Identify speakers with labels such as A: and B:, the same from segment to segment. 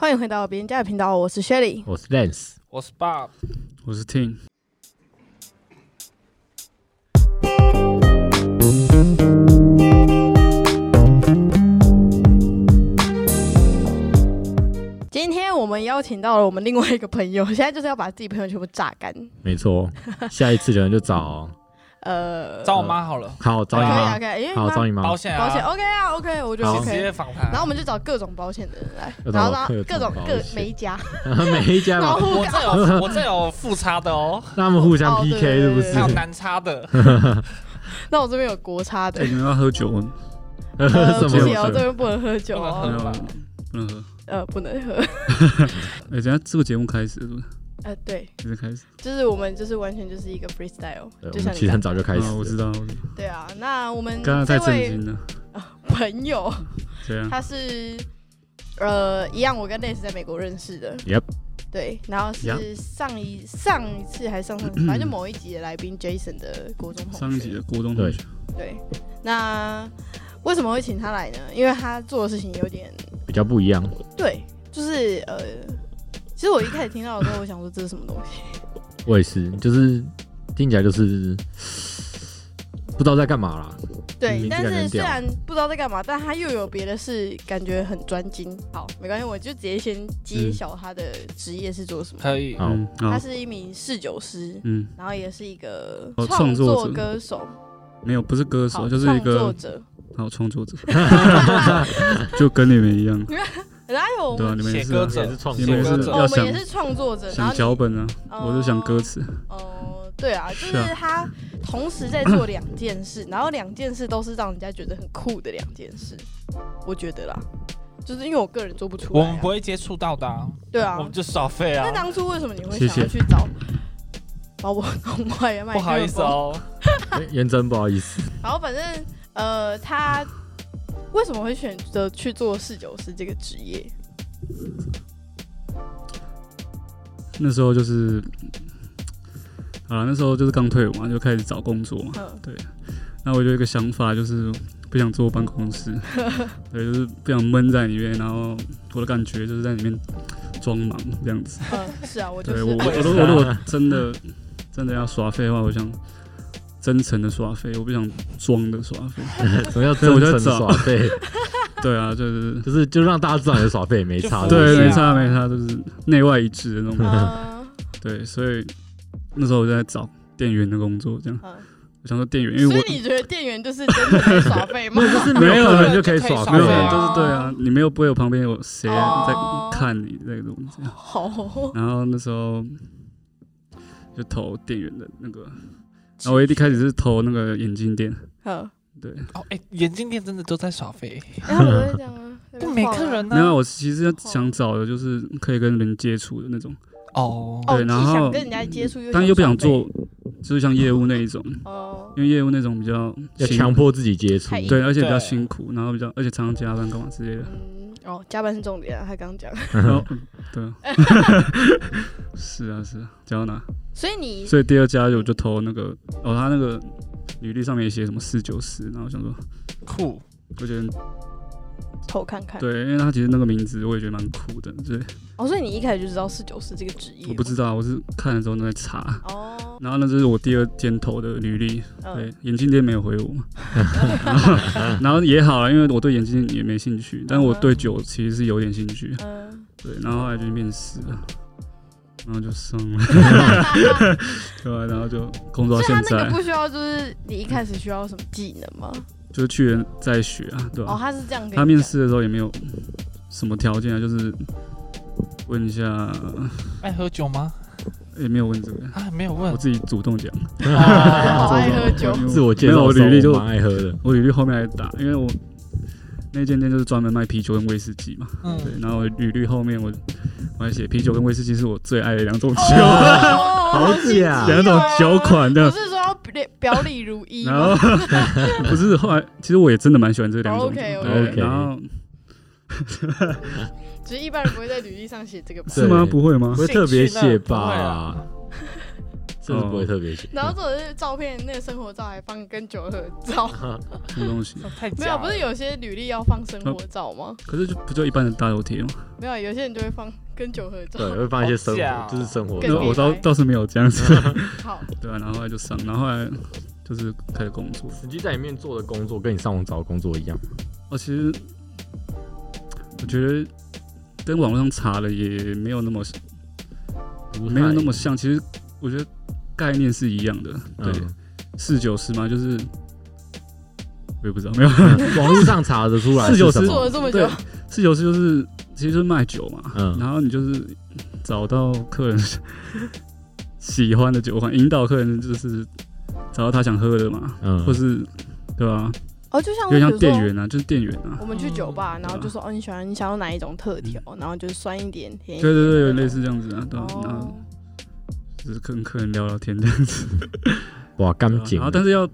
A: 欢迎回到别人家的频道，我是 Shelly。
B: 我是 Lance，
C: 我是 Bob，
D: 我是 Ting，
A: 今天我们邀请到了我们另外一个朋友，现 在就是要把自己朋友全部榨干。
B: 没错。下一次可能就找
A: 呃，
C: 找我妈好
D: 嗯
C: 了，
B: 好找
A: 可
B: 你
A: 以啊，
B: 妈，
A: 可以啊，因为
B: 好
A: 妈
B: 找你妈，
C: 保险啊，
A: 保险 OK 啊，OK，我觉得
B: 好
A: OK。
C: 直接访谈。
A: 然后我们就找各种保险的人来，
B: 各种
A: 然后呢
B: 各种
A: 各种各
B: 保险
A: 每一 家，
B: 每一家
A: 然后
B: 嘛，
A: 互
C: 我
A: 搞
C: 这 有我这有复差的哦，
B: 他们互相
A: 哦对
B: PK
A: 对
B: 是不
A: 对
D: 嗯
C: 还有
B: 是？
C: 南差的，
A: 那我这边有国差的
D: 哎、，你们要喝酒吗？
A: 呃，不
B: 什么
A: 行哦，这
B: 事？
A: 边不能喝酒哦，
C: 不能喝吧
D: 不能喝。
A: 呃，不能喝，
D: 哎、等一下这个节目开始了是不是？
A: 呃，对，
D: 已经开始。
A: 就是我们就是完全就是一个 freestyle，
B: 对
A: 就
B: 我
A: 像
B: 们
A: 你
B: 其实
A: 讲
B: 很早就开始
D: 啊，我知
B: 了，
D: 道，我知道
A: 对啊，那我们
D: 刚刚太
A: 这
D: 震
A: 位
D: 惊了。
A: 朋友
D: 对啊，
A: 他是呃一样，我跟 Lace 在美国认识的。
B: Yep
A: 对，然后是
B: Yeah
A: 上一上一次还是上上次，反正就某一集的来宾 Jason 的国中同学。
D: 上一集的国中同学，
A: 对，那为什么会请他来呢？因为他做的事情有点
B: 比较不一样。
A: 对，就是呃，其实我一开始听到的时候，我想说这是什么东西，
B: 我也是，就是听起来就是不知道在干嘛啦。
A: 对，
B: 明明
A: 但
B: 这个人
A: 是虽
B: 很屌
A: 然不知道在干嘛，但他又有别的事，感觉很专精。好，没关系，我就直接先揭
D: 嗯
A: 晓他的职业是做什么。
C: 可以
B: 好，
D: 嗯，
A: 他
D: 好，
A: 是一名侍酒师，
D: 嗯，
A: 然后也是一个
D: 哦
A: 创
D: 创作
A: 作
D: 者
A: 歌手，
D: 没有，不是歌手，
A: 好
D: 就是一
A: 创作
D: 个
A: 者。
D: 好 创作者， 就跟你们一样，
A: 然后我
D: 对啊，
A: 们
D: 你们也是、
C: 写歌
D: 啊
C: 词，
B: 也是创
D: 你
B: 作
D: 们也
C: 写歌
D: 是
C: 词
A: 哦我
D: 要
A: 们
D: 想
A: 也是创作者，然后
D: 想
A: 你
D: 脚本啊，
A: 哦
D: 我就想歌词，
A: 哦，对啊，就是
D: 是啊
A: 他同时在做两件 事，然后两件事都是让人家觉得很酷的两件事，我觉得啦，就是因为我个人做不出
C: 我
A: 来、啊
C: 们不，会接触到的啊，
A: 对啊
C: 我。们就少费啊
A: 那。当初为什么你会
D: 谢
A: 想
D: 谢
A: 要去找把我弄坏啊呀？麦
C: 不
A: 克
C: 好意思
A: 风
C: 哦，
B: 哎元真不好意 思，
A: 然后反正呃，他为什么会选择去做侍酒师这个职业？
D: 那时候就是，啊，那时候就是刚退伍嘛，就开始找工作嘛。
A: 嗯，
D: 那我就有一个想法，就是不想坐办公室， 对，就是不想闷在里面。然后我的感觉就是在里面装忙这样子。
A: 嗯是啊，我就
D: 对
A: 是
D: 我，我
C: 我也
D: 我
C: 是
D: 都
C: 啊
D: 我如果真的真的要耍废的话，我想真诚的耍废，我不想装的耍废。
B: 什么叫
D: 对
B: 真
D: 我
B: 诚
D: 就找
B: 耍废？
D: 对啊，就是
B: 就是就让大家知道你的耍废也没差。
C: 就
B: 对
C: 服务
D: 对，
C: 一
D: 没
C: 下
D: 差没差，就是内外一致的那种。
A: 嗯
D: 对，所以那时候我就在找店员的工作，这样
A: 嗯，
D: 我想说店员，因
A: 所
D: 为我
A: 以你觉得店员就是真的在耍废 吗？
B: 就是没有客人就可以耍
C: 没有
B: 废
D: 没有，
C: 对
D: 就是
C: 啊
D: 对啊，你没有不会有旁边有谁在
A: 哦
D: 看你这种这样。
A: 好，
D: 然后那时候就投店员的那个，然后我一开始是投那个眼镜店，
A: 嗯，
D: 对，
C: 哦，哎，眼镜店真的都在少费，
A: 然后我就这样 啊，在那边
C: 但每
A: 晃啊
C: 个人呢
D: 没？有，我其实想找的就是可以跟人接触的那种，
C: 哦，
A: 哦，
D: 对然
A: 既想
D: 后
A: 跟人家接触，又
D: 但又不想
A: 耍废
D: 做，就是像业务那一种，
A: 哦，
D: 因为业务那种比较
B: 要
D: 辛
B: 强迫自己接触
A: 太，硬
D: 对，而且比较
C: 对
D: 辛苦，然后比较而且常常加班干嘛之 类的，
A: 嗯，哦，加班是重点啊，他刚刚讲，
D: 然后嗯对 啊，是啊是啊，讲到哪？
A: 所以你
D: 所以第二家我就投那个，哦，他那个履历上面也写什么四九四，然后我想说，
C: 酷，
D: 我觉得
A: 偷看看，
D: 对，因为他其实那个名字我也觉得蛮酷的，对，
A: 哦，所以你一开始就知道侍酒师这个职业吗，
D: 我不知道，我是看了之后在查，
A: 哦，
D: 然后那就是我第二间投的履历，对
A: 嗯，，
D: 眼镜店没有回 我嘛，然后 然后也好了，因为我对眼镜也没兴趣，但我对酒其实是有点兴趣，
A: 嗯，
D: 对，然后后来就去面试了。然后就上了， 对吧、然后就工作
A: 所
D: 到
A: 以他
D: 现
A: 那个
D: 在，
A: 不需要，就是你一开始需要什么技能吗？
D: 就去年在学啊，对吧、
A: 哦，他是这样跟你
D: 他面
A: 讲
D: 试的时候也没有什么条件啊，就是问一下，
C: 爱喝酒吗？
D: 也没有问这个，
C: 啊，没有
D: 我
C: 问。
D: 自己主动讲。
A: 好
C: 哦
A: 爱喝 酒
B: 自我介
D: 没
B: 绍
D: 有
B: 的
D: 我
B: 时候，
D: 履历就
B: 蛮爱喝的，
D: 我履历后面还打，因为我那间店就是专门卖啤酒跟威士忌嘛，对
C: 嗯，，
D: 然后我履历后面我我还写啤酒跟威士忌是我最爱的两种酒，
A: 哦
B: 好假
A: 心机哦
D: 两种酒款
A: 不
D: 的。
A: 是说要表表里如一
D: 然
A: 吗
D: 后？不是后 来，其实我也真的蛮喜欢这两种酒。
A: OK，OK
D: 对
B: OK
D: 然后
A: 只是一般人不会在履历上写这个吧？
B: 对
D: 是吗？不会吗
B: 不？会特别
C: 兴趣那
B: 谢
C: 不会
B: 吧
C: 啊？
B: 这是不会特别写。
A: 然后这种是照片，那个生活照还放跟酒合照，
D: 什么东西？
C: 太
A: 没
C: 假
A: 有，
C: 了
A: 不是有些履历要放生活照吗？
D: 可是就不就一般的大头贴吗？
A: 没有，有些人就会放跟酒合照
B: 对，。会放一些生
C: 好假哦
B: 活，就是生活
A: 更
D: 那
A: 明
D: 我
A: 白
D: 倒倒是没有这样子，
A: 好，
D: 对啊，然后后来就上，然后后来就是开始工作。
B: 实际在里面做的工作跟你上网找的工作一样，
D: 我哦其实我觉得跟网络上查的也没有那么没有那么像，其实我觉得概念是一样的。对，
B: 嗯
D: 四九四嘛，就是我也不知道，没有
B: 网络上查得出来
D: 四九
B: 是
D: 四
B: 什
A: 做
B: 么
A: 了这么久，
D: 四九四就是其实就是卖酒嘛，
B: 嗯
D: 然后你就是找到客人 喜欢的酒款，引导客人就是找到他想喝的嘛，
B: 嗯，
D: 或是对吧、啊？
A: 哦，就像
D: 有点像
A: 比如说
D: 店员啊，就是店员啊
A: 我，们去酒吧，然后
D: 对啊
A: 就说哦，你喜欢你想要哪一种特调，
D: 嗯
A: 然后就是酸一点、甜一点。
D: 对对对，有类。似这样子啊，对啊，然后
A: 哦，
D: 就是跟客人聊聊天这样子，
B: 哇，干
D: 对啊
B: 净
D: 然后，但是要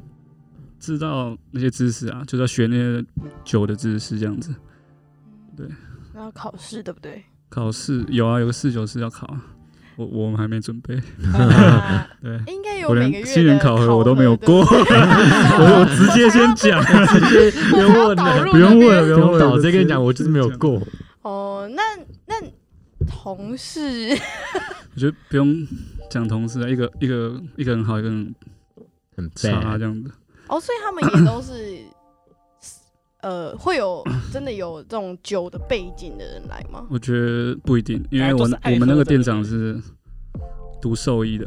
D: 知道那些知识啊，就是要学那些酒的知识这样子。
A: 然后考试对不对？
D: 考试有啊，有个四九四要考啊，我我们还没准备，
A: 啊
D: 对，
A: 应该有
D: 我
A: 每
D: 连
A: 个月的
D: 新人考核我都没有
A: 考核
D: 过， 我我直接先讲，啊
A: 对不对我才要导入
D: 不用问了，
A: 那边
B: 不用
D: 了
B: 导，再跟你讲，我就是没有。过，
A: 哦，那那同事
D: 我觉得不用讲同事啊，一个一个一个很好，一个很
B: 很
D: 差啊
B: bad，
D: 这样子。
A: 哦，所以他们也都是 呃，会有真的有这种酒的背景的人来吗？
D: 我觉得不一定，因
C: 反
D: 为
C: 正都
D: 我
C: 是爱
D: 我们那
C: 喝
D: 个
C: 的
D: 店长是读兽医的，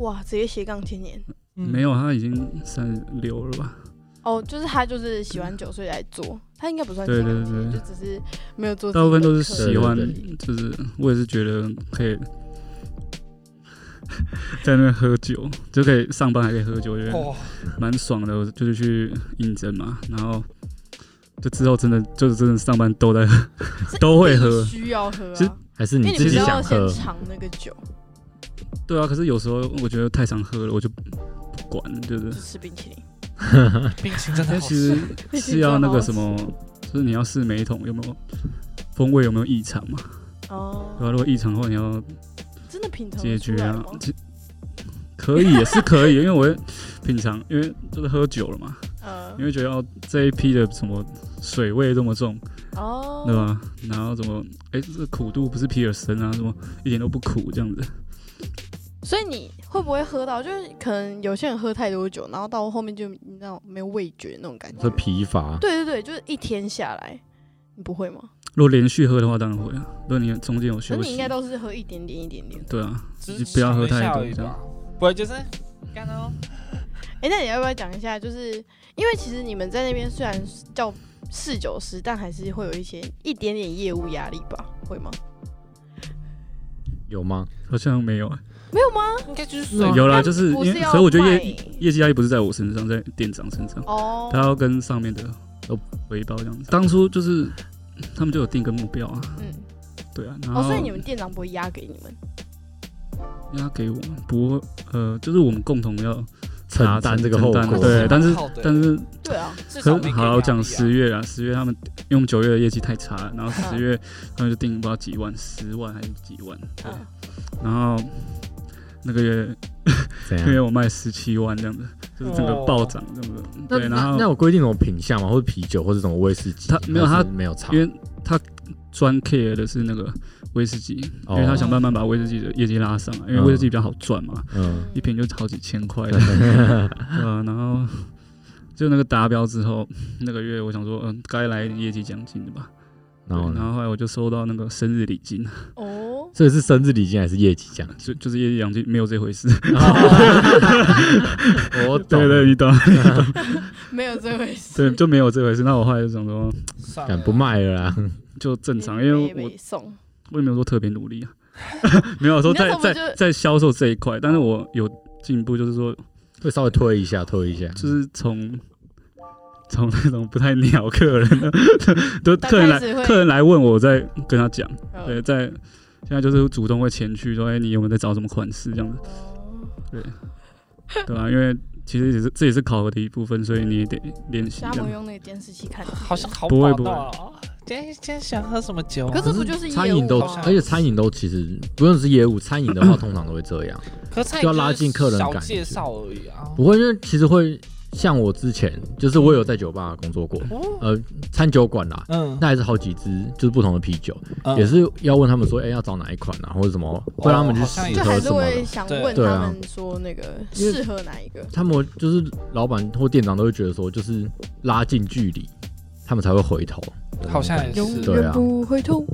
A: 哇，直接斜杠青年
C: 嗯
D: 没有他已经三十六了吧？
A: 哦，就是他就是喜欢酒，所以来做，他应该不算
D: 对
A: 斜
D: 对
A: 杠青年，
D: 对
A: 就只是没有做自己的课。
D: 大部分都是喜欢
B: 对，
D: 就是我也是觉得可以在那边喝酒，就可以上班还可以喝酒，我觉得
C: 哦，
D: 蛮爽的。我就是去应征嘛，然后就之后真的就是真的上班都在喝，
A: 是
D: 都会喝
A: 必须要喝、
D: 其实
A: 啊，
B: 还是
A: 因为
B: 你
A: 你
B: 自
A: 们
B: 己
A: 都
B: 想
A: 要先
B: 喝？
A: 尝那个酒，
D: 对啊，可是有时候我觉得太常喝了，我就不管，就是
A: 就吃冰淇淋。
C: 病情真的
D: 但
C: 好
D: 其实
C: 深
D: 是要那个什么，就是你要试每一桶有没有风味有没有异常嘛，对吧、
A: 哦，
D: 如果异常的话，你要
A: 真的品尝得
D: 解决
A: 出来
D: 啊
A: 吗，
D: 其可以也是可以，因为我会品尝，因为就是喝酒了嘛，
A: 呃
D: 你，会觉得哦这一批的什么水味这么重，
A: 哦，
D: 对啊吧？然后怎么哎、这苦度不是皮尔森啊，什么一点都不苦这样子，
A: 所以你会不会喝到？就是可能有些人喝太多酒，然后到后面就你知道没有味觉那种感觉
B: 会。疲乏，
A: 对对对，就是一天下来，你不会吗？
D: 如果连续喝的话当然会啊，如果你中间有
A: 可
D: 休
A: 是你应
D: 息
A: 该，都是喝一点点一点点。
D: 对啊，
C: 只
D: 就是不要喝太多
C: 尝一
D: 这
C: 下而已
D: 样
C: 吧。不然就是干哦，
A: 哎、那你要不要讲一下？就是因为其实你们在那边虽然叫侍酒师，但还是会有一些一点点业务压力吧？会吗？
B: 有吗？
D: 好像没有、啊，
A: 没有吗？
C: 应该就是水
D: 有啦，
A: 但
D: 就是因
A: 不
D: 为
A: 是要
D: 所以我觉得业
A: 卖
D: 业绩压力不是在我身上，在店长身上。
A: 哦
D: 他要跟上面的都回报这样子。当初就是他们就有定个目标啊，
A: 嗯，
D: 对啊，然后、
A: 哦，所以你们店长不会压给你们
D: 要给我们不会呃，就是我们共同要
B: 承担这个后
D: 承担
B: 果，
D: 对，但是
C: 好的
D: 但是
A: 对啊，
C: 至少
D: 可
C: 没给压力
D: 是
C: 啊
D: 好啦我讲十月啊，十月他们因为我们九月的业绩太差了，然后
C: 嗯
D: 十月他们就定不知道几万、十万还是几万，对，
A: 嗯，
D: 然后那个月
B: 怎
D: 那个月
B: 样？
D: 我卖十七万这样子，就是整个
C: 哦
D: 暴涨这样子，
B: 那
D: 对，然
B: 那
D: 后
B: 那有规定什么品相吗？或者啤酒，或者什么威士忌？
D: 他没有
B: 还是
D: 他
B: 没有查
D: 因，为他专 care 的是那个威士忌，
B: 哦
D: 因为他想办法把威士忌的业绩拉上来，因为威士忌比较好赚嘛，
B: 嗯，
D: 一瓶就好几千块，对啊，然后就那个达标之后，那个月我想说，嗯，该来一点业绩奖金的吧，
B: 然后
D: 对然
B: 呢？
D: 后后来我就收到那个生日礼金，
A: 哦，
B: 所以是生日礼金还是业绩 奖？
D: 就就是业绩奖金没有这回事，
C: 哦
B: 我
D: 对
B: 懂，
D: 对，你懂，
A: 没有这回事，
D: 对，就没有这回事。那我后来就想说，
C: 算了
B: 敢不卖了啦？
D: 就正常，
A: 你
D: 因为
A: 没
D: 我
A: 没送
D: 我也没有说特别努力啊， 没有说
A: 你那
D: 在
A: 时候不
D: 在
A: 就
D: 在销售这一块，但是我有进步，就是说。
B: 会稍微推一下，推一下，
D: 就是从从那种不太鸟客人的，就
A: 刚
D: 客人
A: 开
D: 来
A: 始会
D: 客人来问我，我再跟他讲，
A: 嗯
D: 对，在现在就是主动会前去说，哎、你有没有在找什么款式这样子，
A: 哦
D: 对吧、因为其实也是这也是考核的一部分，所以你也得练习
A: 所以他
D: 这
A: 们
D: 样。
A: 用那个监视器看你，
C: 好像好
D: 不会
C: 宝到啊今天今天想喝什么酒啊？
A: 可这不
B: 可
A: 就是
B: 餐
A: 业
B: 饮
A: 务
B: 都
A: 吗，
B: 而且餐饮都其实不用是业务，餐饮的话通常都会 这样，
C: 可是
B: 就要拉近客人
C: 小
B: 感
C: 介
B: 觉
C: 绍而已啊。
B: 不会，因为其实会像我之前，就是我有在酒吧工作过，
A: 嗯
C: 哦，
B: 呃，餐酒馆啦，
C: 嗯，
B: 那还是好几支就是不同的啤酒，
C: 嗯
B: 也是要问他们说，哎、要找哪一款啊，或者什么，会让他们去
C: 好
B: 试
C: 像也
A: 就
B: 喝
A: 还
B: 什
A: 是
B: 么
A: 会
B: 的。
A: 想
C: 对
A: 问
B: 对
A: 他
B: 啊
A: 们说那个
B: 因为
A: 适合哪一个，
B: 他们就是老板或店长都会觉得说，就是拉近距离，他们才会回头。
C: 好像也
A: 永
C: 是，
B: 对
A: 远
B: 啊
A: 不回 头。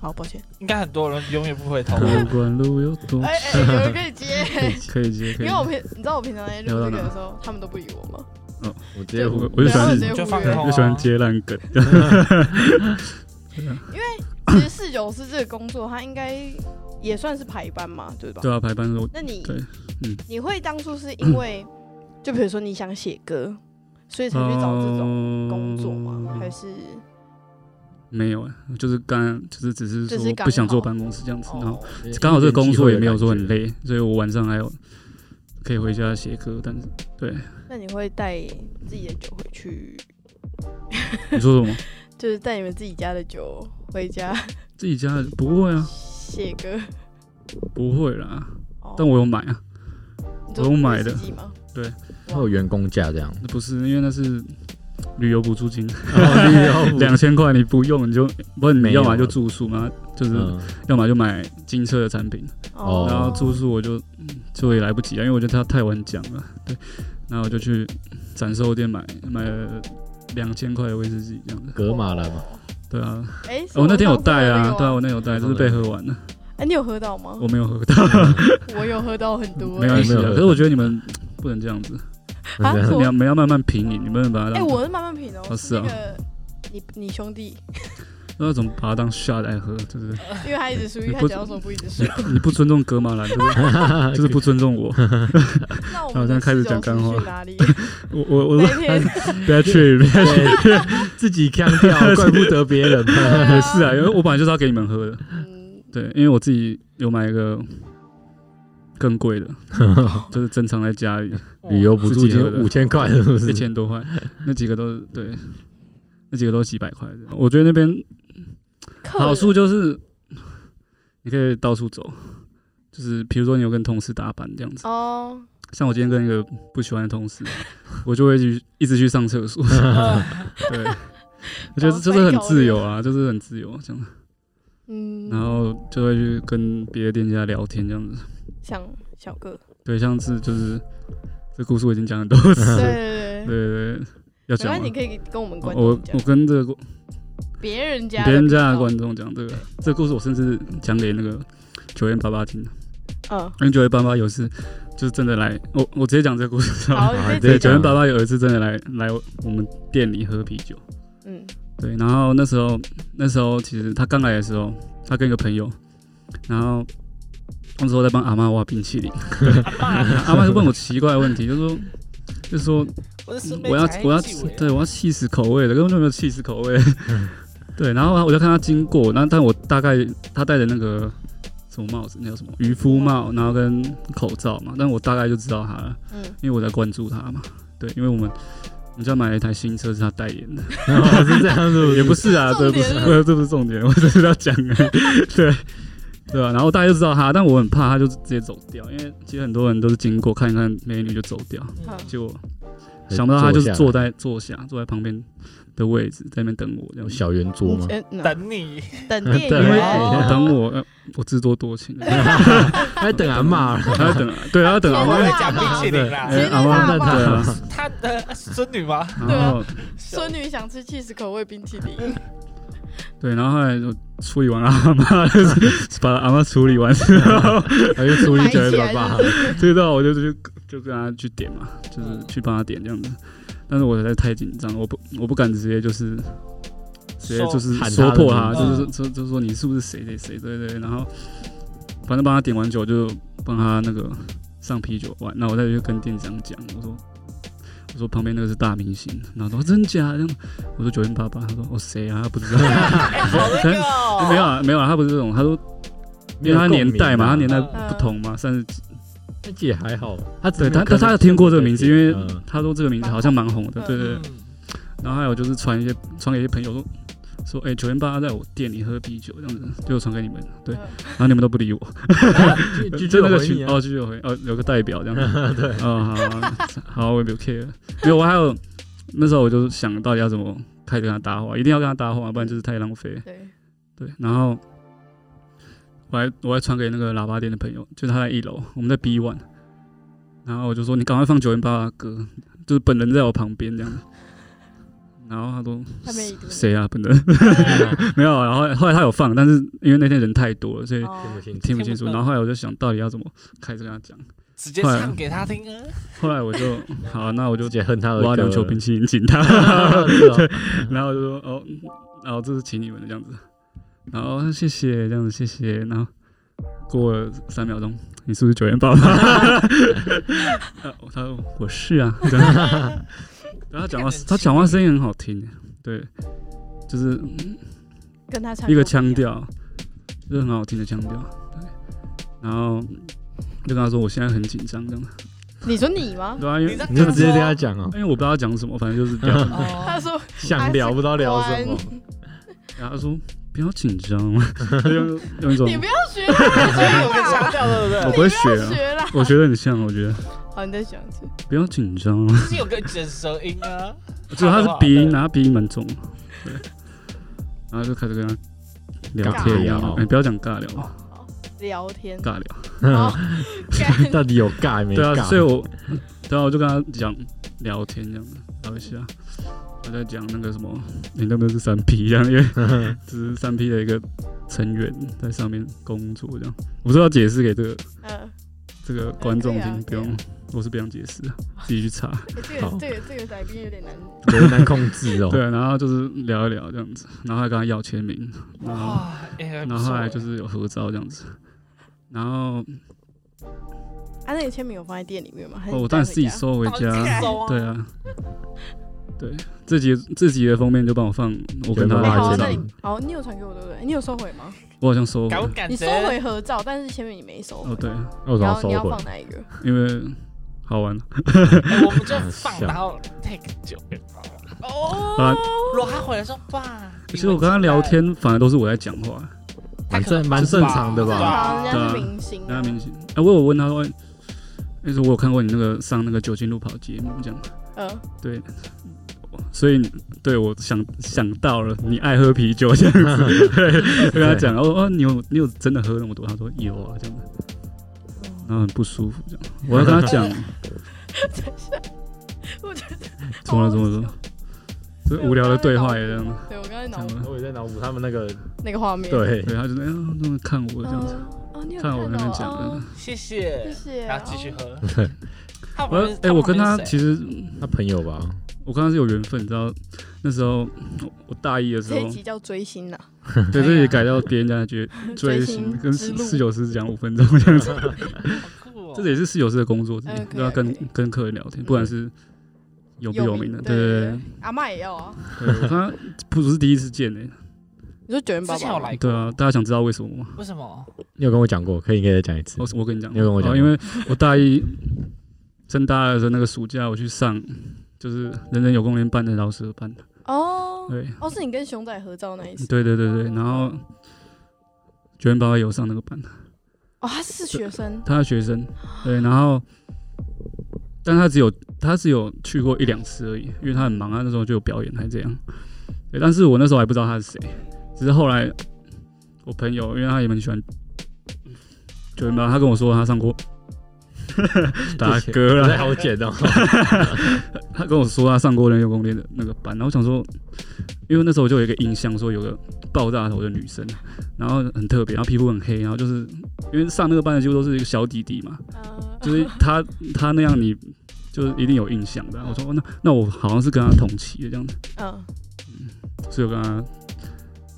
A: 好，抱歉，
C: 应该很多人永远不回头
D: 不。管路有多
A: 哎 哎，有人可以接，
D: 可以接，可
A: 因为
D: 以接。
A: 我平你知道我平常在录
D: 聊
A: 这
D: 到
A: 个
D: 哪
A: 的时候，他们都不理我吗？
B: 我直接
D: 我
B: 回
D: 我就
A: 对啊他
D: 喜欢
A: 们，直接
C: 就
A: 忽
C: 放
A: 略
C: 空。
D: 哎就喜欢接烂梗。
A: 其实侍酒师这个工作，他应该也算是排班嘛，对吧？
D: 对啊，排班我
A: 那你
D: 对嗯
A: 你会当初是因 为，就比如说你想写歌，所以才去找这种
D: 种
A: 工作吗？还是
D: 没有啊，就是刚就是只是
A: 就是
D: 说
A: 刚好
D: 不想坐办公室这样子，然后
A: 哦，
D: 刚好这个工作也没有说很，累，所以我晚上还有可以回家写歌。但是对
A: 那你会带自己的酒回去，
D: 你说 什么？
A: 就是带你们自己家的酒回家
D: 自己家不会啊，
A: 写歌？
D: 不会啦。
A: 哦
D: 但我有买啊，
A: 你做
D: 我用买的
A: 威士忌吗？
B: 会有员工价这样，
D: 不是因为那是旅游补助金，
B: 哦
D: 两千块你不用你就不然
B: 没
D: 你
B: 有啊
D: 要么就住宿嘛，就是、
B: 嗯，
D: 要么就买金车的产品，
B: 哦
D: 然后住宿我就嗯就也来不及啊，因为我觉得他太晚讲了，对，然后我就去展售店买买了两千块的威士忌这样子，
B: 格马兰嘛，
D: 对啊，
A: 哎，是
D: 我、那天有
A: 上次喝
D: 带
A: 的那个，
D: 啊对啊，
A: 吗
D: 我那天有带，就是被喝完了，
A: 哎，你有喝到吗
D: 我？没有喝 到，
A: 我有喝到很多，哎
D: 没关系
B: 我没有喝
D: 啊，
B: 哎
D: 可是我觉得你们不能这样子，
A: 啊
B: 这样
A: 是我
D: 你要你要慢慢品饮，你不能把它
A: 哎，
D: 当，
A: 我是慢慢品哦，
D: 哦是
A: 那
D: 啊
A: 个你你兄弟，
D: 那怎么把它当下来喝，就是
A: 因为他一直输，因为
D: 你
A: 他
D: 不
A: 讲到什么不一直输。
D: 你不尊重格马兰，就是 啊就是不尊重我，
A: 那我们
D: 好像开始
A: 的
D: 讲干
A: 视角
D: 话
A: 是去哪里？
D: 我我我
A: 那一天
D: 不要去， 不要去，
B: 自己腔掉， 怪不得别人。
D: 也是啊，因为我本来就是要给你们喝的。
A: 嗯，
D: 对，因为我自己有买一个更贵的， 就是珍藏在家里，
C: 哦
B: 旅游补助金五千块，是不
D: 一
B: 是？
D: 千多块，那几个都是对，那几个都是几百块的。我觉得那边
A: 客人
D: 好处就是你可以到处走，就是比如说你有跟同事打扮这样子，
A: 哦，
D: 像我今天跟一个不喜欢的同事，我就会去一直去上 厕所，对。我觉得就是很自由啊，就是很自由这样，
A: 嗯，
D: 然后就会去跟别的店家聊天这样子。
A: 像小哥，
D: 对，上次就是这故事我已经讲很多次
A: 对对对
D: 了，对对对，嗯
A: 没
D: 要
A: 关
D: 讲
A: 系，
D: 吗
A: 你可以跟我们观
D: 我
A: 众讲
D: 我跟这个
A: 别人家的
D: 别人家
A: 频
D: 的
A: 道
D: 观众讲这个这个故事，我甚至讲给那个九零八八听的，
A: 嗯，
D: 因为九零八八有一次就是真的来，我我直接讲这个故事 吧。
A: 好，你可以
B: 对
A: 直接啊
D: 九
B: 讲
D: 零八八有一次真的来来我们店里喝啤酒，
A: 嗯，
D: 对，然后那时候那时候其实他刚来的时候，他跟一个朋友，然后那时候在帮阿妈挖冰淇淋， 阿妈就问我奇怪的问题，就说就说我要我要对我要气死口味的，根本就没有气死口味。 对，然后我就看他经过，然后但我大概他戴的那个什么帽子，那叫什么渔夫帽，然后跟口罩嘛，但我大概就知道他了，
A: 嗯
D: 因为我在关注他嘛。对，因为我们我们家买了一台新车是他代言的，
B: 是这样子，
D: 也不是啊，这
A: 重
D: 不
A: 点
D: 是
A: 是
D: 不是这不是重点，我只是要讲而已对。对啊，然后我大概就知道他，但我很怕他就直接走掉，因为其实很多人都是经过看一看美女就走掉，结果想不到他就是坐在坐下，坐在旁边的位置，在那边等我这样子。
B: 小圆桌 嘛，
A: 嗯嗯
C: 等你，
A: 等店
B: 对
D: 因为
A: 员
B: 哦
D: 等我，呃我自作多情，
B: 还哎等阿骂，
D: 他要等，对，他要等阿
C: 我
D: 妈
C: 在，讲冰淇淋啦
A: 其，实
D: 哎
A: 是
D: 阿妈
A: 他吧
D: 啊对啊，
C: 他的孙女吗？
D: 然后
A: 孙女想吃 cheese 口味冰淇淋，
D: 对，然后后来就处理完阿妈， 就是把阿妈处理完之后，
B: 还是哎出一九八
A: 买
B: 八
A: 起，来
D: 这到我就就就跟他去点嘛，就是去帮他点这样子。但是我实在太紧张，我不我不敢直接就是直接就是
B: 喊他
D: 说
B: 的
D: 破他，
B: 名
D: 就
C: 字
D: 是就就说你是不是谁谁谁对对，对然后反正帮他点完酒就帮他那个上啤酒玩，那我再去跟店长讲，我说我说旁边那个是大明星，然后他说真假这样，我说九零八八，他说哦谁啊，他不知道，
C: 好那个
D: 没有啊没有啊，他不是这种，他说 因为他年代嘛，他年代
A: 嗯
D: 不同嘛，三十几。
B: 啊自己也还好，他
D: 对他，他他有听过这个名字，因为
B: 嗯
D: 他说这个名字好像蛮红的，
A: 嗯
D: 对对对。然后还有就是传一些传给一些朋友说，说，哎、九元八在我店里喝啤酒这样子，就传给你们，对，
A: 嗯
D: 然后你们都不理我，
B: 拒
D: 就
B: 绝
D: 那个
B: 回
D: 群
B: 你啊
D: 哦，拒绝回哦，有个代表这 样子，对，啊、好，好，我也没有 care，因为我还有那时候我就想到底要怎么开始跟他搭话，一定要跟他搭话，不然就是太浪费了，
A: 对，
D: 对，然后我还我还传给那个喇叭店的朋友，就是他在一楼，我们在 B one，然后我就说你赶快放九元八的歌，就是本人在我旁边这样子，然后他说
A: 他没理你
D: 谁啊本人
B: 哎
D: 没有，啊然后后来他有放，但是因为那天人太多了，所以
B: 听不
A: 哦，
B: 清楚，
D: 听不清楚，
C: 听不懂
D: 然后后来我就想到底要怎么开始跟他讲，
C: 直接唱给他听啊！
D: 后来我 就好，那我就
B: 我姐恨他的歌
D: 挖两球冰淇淋请他，
B: 是哦
D: 然后我就说哦，然后这是请你们的这样子，然后哦谢谢这样子谢谢，然后过了三秒钟，你是不是九元八八？ 呃他说我是啊，这 样然后他讲话他讲话声音很好听，对，就是
A: 跟他唱
D: 一个
A: 歌不
D: 腔
A: 样，
D: 调，就是很好听的腔调，对，然后就跟他说我现在很紧张这样，
A: 你说你吗？
D: 对啊，因为
C: 你在
B: 你就直接跟他讲哦，
D: 因为我不知道他讲什么，反正就是 聊。
A: 他
C: 哦，
A: 说
B: 想聊不知道聊什么，
D: 然后他说不要紧 张，用用一种
A: 你不要学他，
C: 所以有个腔调，对不
D: 我
C: 对？
D: 不会
A: 不
D: 学
A: 要
D: 啊，
A: 学啦。
D: 我觉得很像，我觉得
A: 好，你再讲一次。
D: 不要紧 张，
C: 就是有个卷舌音
D: 哦
C: 啊，
D: 就是他是鼻音，然后鼻音蛮重的，对，然后就开始跟他聊天
A: 尬
B: 聊
D: 哎，不要讲尬聊，
A: 好，聊 天。
D: 尬聊，
A: 好， 干
B: 到底有尬没
D: 对啊，
B: 尬？
D: 所以我对啊，我就跟他讲聊天这样子，聊一下。我在讲那个什么，你那边是三 P 这样，因 为这是三 P 的一个成员在上面工作这样，我不知道解释给这个
A: 嗯，
D: 这个观众
A: 哎
D: 听，不
A: 对啊
D: 用，我是不想解释的，自己去查。
A: 欸这个这个这个来宾有点难。啊
B: 有点难控制哦。
D: 对，然后就是聊一聊这样子，然后还跟他要签名，然
A: 哦
D: 后
C: 哇，哎
D: 然后后来就是有合照这样子，然后哦
A: 啊，那你签名有放在店里面吗？还是
D: 哦
A: 你
D: 我当然
A: 带回
D: 自己
A: 家
D: 收回家，
C: 收啊，
D: 对啊，对，这集这集的封面就帮我放我跟他
A: 哎
D: 的
A: 好
D: 合
A: 啊，
B: 知道
A: 那你
D: 照，
A: 好，你有传给我对不对？你有收回吗？
D: 我好像收回
C: 敢
D: 了
C: 不，敢
A: 你
C: 直
A: 收
C: 接
A: 回合照，但是签名你没收回
D: 哦。对，
B: 那我怎
A: 然
B: 么
A: 后
B: 收
A: 你要
B: 回？
A: 放哪一个？
D: 因为好玩，
C: 哎我们就放，
B: 笑
C: 然后 take 酒给他。
D: 好
C: 哦
D: 啦，
C: 如果他回来说爸，
D: 其实我跟他聊天反而都是我在讲话，
B: 蛮正蛮正常的
A: 正常，
B: 吧？
A: 人
D: 对
A: 家
D: 啊
A: 是明星
D: 那
A: 啊。
D: 明星，哎，我有问他说，哎那时候我有看过你那个上那个酒精路跑节目这样。
A: 嗯，
D: 对，所以对我想想到了，你爱喝啤酒这样 子，对，跟他讲，哦哦，你有你有真的喝那么多？他说有啊，这样子，
A: 哦
D: 然后很不舒服这样。我要跟他讲，
A: 我觉得
D: 怎么了怎么
A: 哦
D: 了？就是无聊的对话也这样子，
A: 对我刚才
D: 这
A: 脑
D: 样
A: 补
D: 子，
B: 我也在脑补他们那个
A: 那个画面。
B: 对
D: 对，他就那样那么看我这样子，
A: 嗯哦，你有
D: 看我
A: 到
D: 那边讲
A: 哦
D: 的。
C: 谢
A: 谢
C: 谢，
A: 谢。哦
C: 然后继续喝。他
D: 我
C: 旁边
D: 要哎，我跟他其
C: 实
D: 实
B: 他朋友吧？
D: 我跟他是有缘分，你知道，那时候我我大一的时
A: 这
D: 候
A: 一，集啊叫追星呐，
D: 对，这也改到别人家觉得 追星
A: 星
D: 跟
A: 之路
D: 四九师讲五分钟这样子。
B: 哦
D: 这个也
C: 里
D: 是室友室的工作之一
A: 嗯，可以
D: 都要跟
A: 可以
D: 跟客人聊天，不管是有不
A: 有
D: 有
A: 名
D: 名的，
A: 对对
D: 对对
A: 阿妈也要啊。
D: 对。对我刚不是第一次见诶，
A: 你说九元八
C: 之前有
A: 八，
C: 来
D: 对
C: 过，
D: 啊，大家想知道为什么吗？
C: 为什么？
B: 你有跟我讲过，可以可以再讲一次
D: 我。我跟你讲，
B: 你有跟我讲
D: 哦因为我大一升大二的时候那个暑假，我去上就是人人有功连办的饶舌班，
A: 哦
D: 对嗯
A: 哦，是你跟熊仔合照那一次
D: 对对对对，然后九元八也有上那个班，
A: 哦，他是学生
D: 他的学生，对，然后，但他只有他只有去过一两次而已，因为他很忙，他那时候就有表演还这样。对，但是我那时候还不知道他是谁，只是后来我朋友，因为他也蛮喜欢九零八，他跟我说他上过打嗝
B: 不
D: 了，
B: 太好剪哦。
D: 他跟我说他上过人有公练的那个班，然后我想说，因为那时候我就有一个印象，说有个爆炸头的女生，然后很特别，然后皮肤很黑，然后就是因为上那个班的几乎都是一个小弟弟嘛，
A: 嗯
D: 就是他他那样你就是一定有印象的啊。我说哦那那我好像是跟他同期的这样子，
A: 嗯，
D: 所以我跟他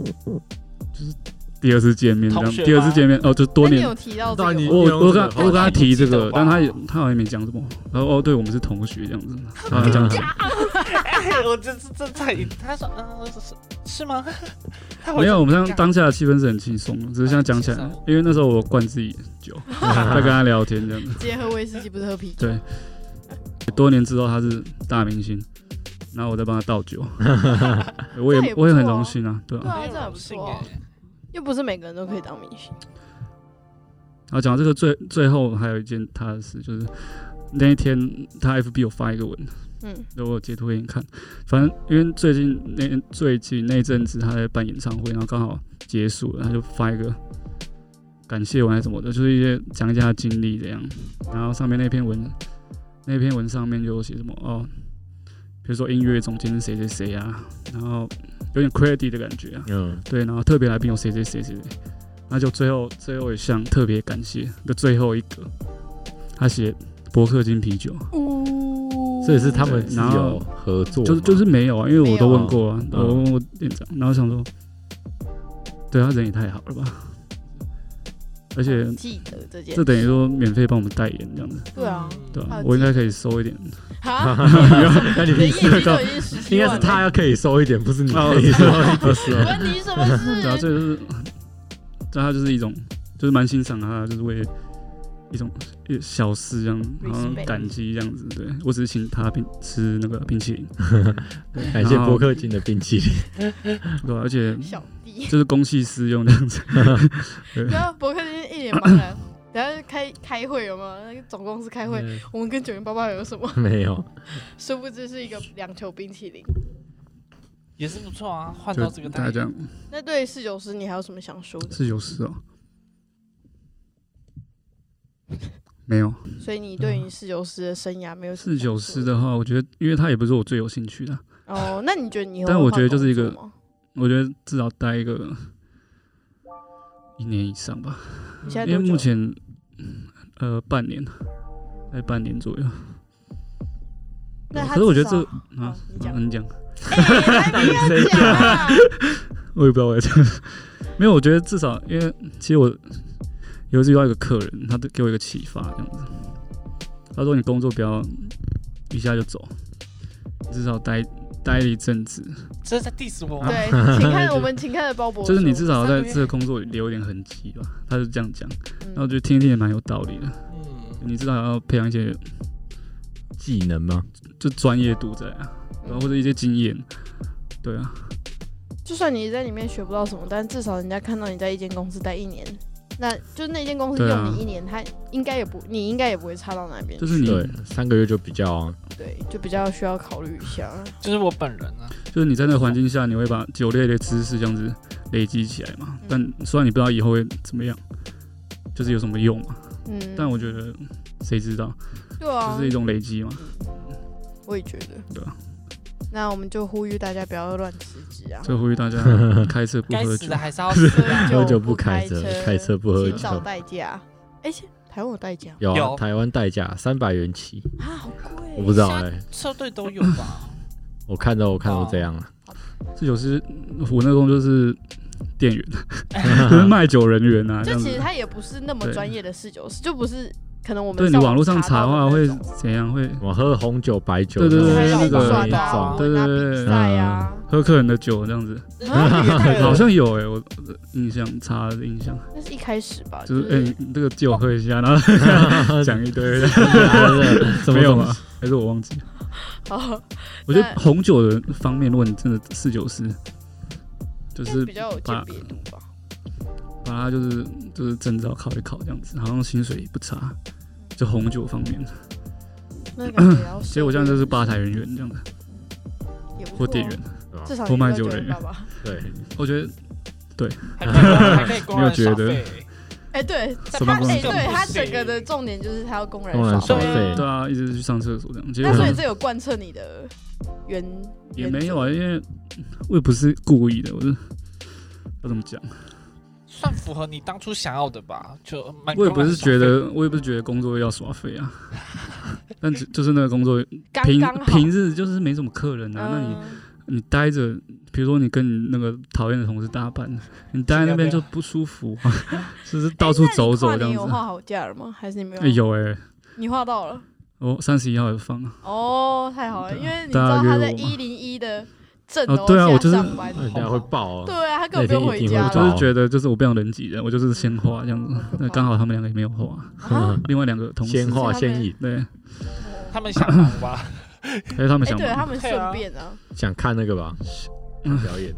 D: 就是第二次见面这
C: 同
D: 样，
C: 学吗
D: 第二次见面哦，就
A: 嗯
D: 多
A: 那你
D: 年
A: 有。提到这
B: 到
A: 个
B: 底
A: 吗
B: 你
D: 我我跟他
B: 你有
D: 我跟他提这
C: 记
D: 个
C: 得吧，
D: 但他也他好像也没讲什么。然后哦，对我们是同学这样子，他好像讲
C: 哎， 我这这这太……他说嗯是是吗？ 他回
D: 没有，
C: 说
D: 我们当
C: 干
D: 当下的气氛是很轻松的，只是现在讲起来
C: 啊很轻松，
D: 因为那时候我灌自己酒，在跟他聊天这样子。
A: 直接喝威士忌不是喝啤酒？
D: 对，多年之后他是大明星，然后我再帮他倒酒，我
A: 这样
D: 也
A: 也不
D: 我也很
A: 错啊
D: 荣幸啊，对
A: 对
D: 啊。
A: 啊，这样也不错啊、又不是每个人都可以当明星。
D: 然后讲到这个最最后还有一件他的事，就是那一天他 FB 有发一个文，
A: 嗯，
D: 对我有截图给你看。反正因为最近那最近那一阵子他在办演唱会，然后刚好结束了，他就发一个感谢文还是什么的，就是一些讲一下他的经历这样。然后上面那篇文，那篇文上面就写什么哦，比如说音乐总监是谁谁谁啊，然后有点 credit 的感觉啊，
B: 嗯，
D: 对，然后特别来宾有谁谁谁谁谁，那就最后最后一项特别感谢的最后一个，他写伯克金啤酒。哦
A: 呜
B: 这也是他们是
D: 对然
B: 有
D: 后
B: 合作吗，
D: 就是就是没有啊，因为我都问过啊，
B: 没有
D: 我问过店长，然后想说，对他人也太好了吧，而且
A: 记得这件
D: 这，等于说免费帮我们代言这样子，
A: 对啊，
D: 对
A: 好
D: 啊
A: 记，
D: 我应该可以收一点，
B: 啊
A: 哈，
B: 那你
A: 你的业
B: 必
A: 绩
B: 须
A: 都已经十七
B: 应
A: 万
B: 该
A: 了，
B: 是他要可以收一点，不是你
D: 哦
B: 可以收一点。
D: 是啊，
A: 关你什么事？
D: 对啊，这就是，对他就是一种，就是蛮欣赏他，就是为一种小事这样，然后
A: Respect
D: 感激这样子，对我只是请他冰吃那个冰淇淋，
B: 感谢伯克金的冰 淇淋，
D: 对啊，而且
A: 小弟，
D: 就是公器私用这样子，
A: 然 后伯克啊今天一脸茫然，然后开开会有没有？那个总公司开
D: 嗯
A: 会，我们跟九零八八有什么？
B: 嗯没有，
A: 殊不知是一个两球冰淇淋。
C: 也是不错啊，换到这
D: 就
C: 个
D: 大家
C: 代
D: 这
C: 言，
D: 样
A: 那对侍酒师，你还有什么想说的？
D: 是有事哦，没有。
A: 所以你对于侍酒师的生涯没有什么想
D: 四九
A: 说
D: 四的话，我觉得，因为他也不是我最有兴趣的，
A: 哦，那你觉得你以后
D: 但
A: 会
D: 我
A: 换
D: 觉得就是
A: 工
D: 一
A: 作
D: 个
A: 吗
D: 我觉得至少待一个一年以上吧，
A: 你现在
D: 因为
A: 多久
D: 目前呃半年，在半年左右。
A: 那他
D: 可是我觉
A: 至
D: 得这
A: 少
D: 啊
A: 好你，讲
D: 啊你讲，
A: 哎还没有讲啊
D: 我也不知道我在讲什么， 没有，我觉得至少因为其实我有一次遇到一个客人，他给我一个启发，这样子，他说你工作不要一下就走，至少待待一阵子，
C: 这是在 diss 我
D: 啊
C: 吗？
A: 对，请 看我们请看的鲍勃说，
D: 就是你至少在
A: 上个月
D: 这个工作里留一点痕迹吧。他是这样讲，
A: 嗯
D: 然后我觉得听一听也蛮有道理的。
C: 嗯，
D: 你至少要培养一些
B: 技能吗？
D: 就专业度在啊，
A: 嗯
D: 然后或者一些经验，对啊，
A: 就算你在里面学不到什么，但至少人家看到你在一间公司待一年，那就是那间公司
D: 对啊
A: 用你一年，他应该也不，你应该也不会差到哪边
D: 就
A: 去。
D: 是你
B: 对，三个月就比较
A: 对，就比较需要考虑一下。
C: 就是我本人啊，
D: 就是你在那个环境下，你会把酒类的知识这样子累积起来
A: 嗯。
D: 嘛但虽然你不知道以后会怎么样，就是有什么用嘛，
A: 嗯，
D: 但我觉得谁知道，
A: 对啊
D: 这，是一种累积
A: 嗯
D: 嘛。
A: 我也觉得。
D: 对啊
A: 那我们就呼吁大家不要乱辞职啊，
D: 所以呼吁大家开车不
C: 该
D: 喝
C: 死
D: 酒
C: 的，还是要死啊！
B: 喝酒
A: 不
B: 不开
A: 车
B: 车，开车不喝
A: 请找
B: 酒。
A: 代驾。哎、现台湾有代驾
B: 有啊，
C: 有
B: 台湾代驾三百元起，
A: 啊，好贵。
B: 我不知道哎、
C: 车队都有 吧？
B: 我看到我看
A: 哦
B: 到这样了，
D: 这就是我那工作就是店员，就是卖酒人员啊，这
A: 就
D: 样
A: 其
D: 子
A: 实。他也不是那么
D: 对
A: 专业的侍酒师，就不是可能我们
D: 对你
A: 上
D: 网络上查的话
A: 到
D: 会
A: 那种
D: 怎样？会
B: 我喝红酒白酒，
D: 对对对
A: 还
D: 对
A: 有
D: 那个
A: 耍的
B: 那
A: 啊
B: 种
D: 对对对
A: 比赛啊，
D: 喝客人的酒这样子，
A: 啊
D: 好像有哎、我我印象差的印象
A: 那是一开始吧，就
D: 就
A: 是
D: 哎、
A: 是
D: 你这个借我喝一下，然后讲一堆，
B: 对啊
D: 没有吗？？还是我忘记？
A: 好，
D: 我觉得红酒的方面，如果你真的四九四，
A: 就
D: 就
A: 是
D: 是
A: 比较有鉴别度吧。
D: 把它就是就是证照考一考这样子，好像薪水也不差，就红酒方面。
A: 那感觉也要，
D: 所以我现在就是吧台人员这样子，
A: 也不错啊
D: 或店员，，
A: 至少
D: 或卖酒
A: 酒
D: 人员
A: 爸爸。
B: 对，
D: 我觉得
C: 还可以还可以公然
D: 没有
C: 消
D: 觉得
C: 费，
A: 哎，对
C: 在
A: 他，
D: 什么
C: 办
D: 公
C: 公
A: 哎，
D: 司
C: 室
A: 对
C: 不
A: 他
C: 行
A: 整个的重点就是他要公然
B: 公然
A: 耍
B: 耍
A: 废
B: 费
D: 对，啊，一直去上厕所这样。其实
A: 那所以
D: 我
A: 这有贯彻你的原
D: 也没有啊，因为我也不是故意的，我是要怎么讲？
C: 算符合你当初想要的吧？就蛮
D: 我也不
C: 公然
D: 是
C: 消
D: 觉
C: 费
D: 得，我也不是觉得工作要耍废 啊，但只就是那个工作
A: 刚
D: 平
A: 刚好
D: 平日就是没什么客人啊，那你
A: 嗯，
D: 你待着，比如说你跟你那个讨厌的同事搭班，你待在那边就不舒服，就是到处走走
A: 哎
D: 这
A: 那你跨年
D: 样
A: 有
D: 子。
A: 画好假了吗？还是你没有？
D: 哎，有哎，
A: 你画到了
D: 我三十一号有放啊。
A: 哦，太好了，因为你知
D: 大
A: 道
D: 家约
A: 他在
D: 我吗
A: 一零一的正
D: 哦对啊
A: 楼
D: 我
A: 下
D: 就是
A: 上班
B: 那人家会爆哦。
A: 对啊，他根本不用回家
D: 我
B: 那天一定会
D: 就
A: 了
B: 爆。
D: 是觉得，就是我不想人挤人，我就是先画这样子
A: 好可怕。
D: 那刚好他们两个也没有画，
A: 啊
D: 另外两个同事
B: 先画先引，
D: 对，
C: 他们想忙吧？
D: 因为他们
A: 哎、
D: 想
A: 对
D: 忙，
A: 他们
C: 对啊
A: 顺便啊，
B: 想看那个吧，表演。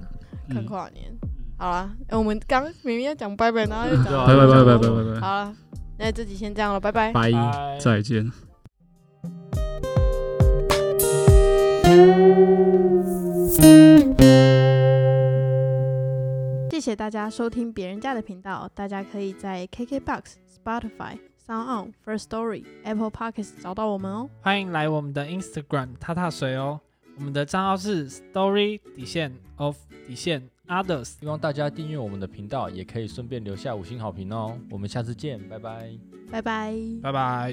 A: 看
D: 嗯
A: 跨年。好啦，哎、我们刚明明要讲拜拜，然后又讲
B: 对啊
D: 拜拜拜拜
B: 拜
D: 拜拜
A: 好了，那这集先这样了，拜
E: 嗯
A: 拜。
D: 哎
B: 拜。
C: 拜
D: 再见。
A: 谢谢大家收听别人家的频道，大家可以在 KKBox、Spotify、Sound On、First Story、Apple Podcasts 找到我们哦。
C: 欢迎来我们的 Instagram 踏踏水哦，我们的账号是 Story 底线 of 底线 Others。
E: 希望大家订阅我们的频道，也可以顺便留下五星好评哦。我们下次见，拜拜。
A: 拜拜。
C: 拜拜。